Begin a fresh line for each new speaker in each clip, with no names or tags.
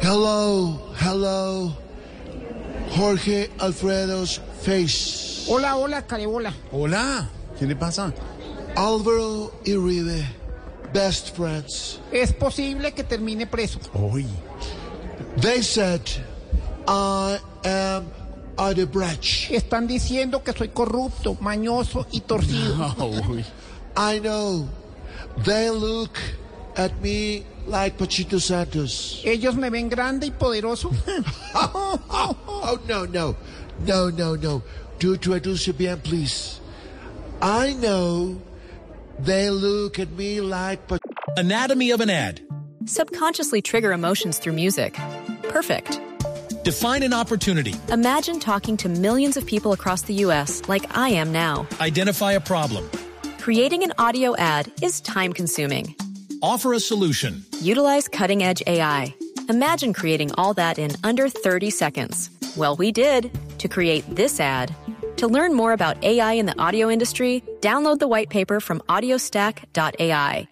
Hello, hello. Jorge Alfredo's face.
Hola, hola, carebola.
Hola, ¿qué le pasa?
Álvaro y Uribe, best friends.
Es posible que termine preso.
Hoy.
They said I am Odebrecht.
Están diciendo que soy corrupto, mañoso y torcido.
I know. They look at me like Pachito Santos.
Ellos me ven grande y poderoso.
Oh, no, no. No, no, no. Do traduce bien, please. I know. They look at me like Pachito
Anatomy of an ad.
Subconsciously trigger emotions through music. Perfect.
Define an opportunity.
Imagine talking to millions of people across the U.S. like I am now.
Identify a problem.
Creating an audio ad is time consuming.
Offer a solution.
Utilize cutting edge AI. Imagine creating all that in under 30 seconds. Well, we did to create this ad. To learn more about AI in the audio industry, download the white paper from audiostack.ai.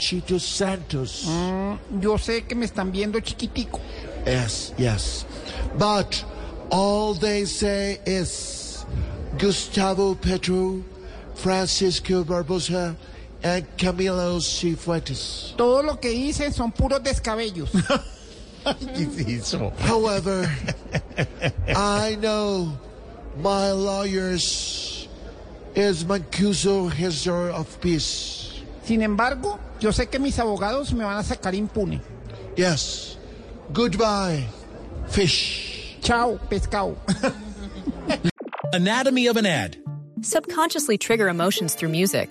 Pachito Santos.
Yo sé que me están viendo chiquitico.
Yes, yes. But all they say is Gustavo Petro, Francisco Barbosa, and Camilo Cifuentes.
Todo lo que dicen son puros descabellos.
¿Qué se hizo?
However, I know my lawyers is Mancuso History of Peace.
Sin embargo, yo sé que mis abogados me van a sacar impune.
Yes. Goodbye, fish.
Chao, pescado.
Anatomy of an ad.
Subconsciously trigger emotions through music.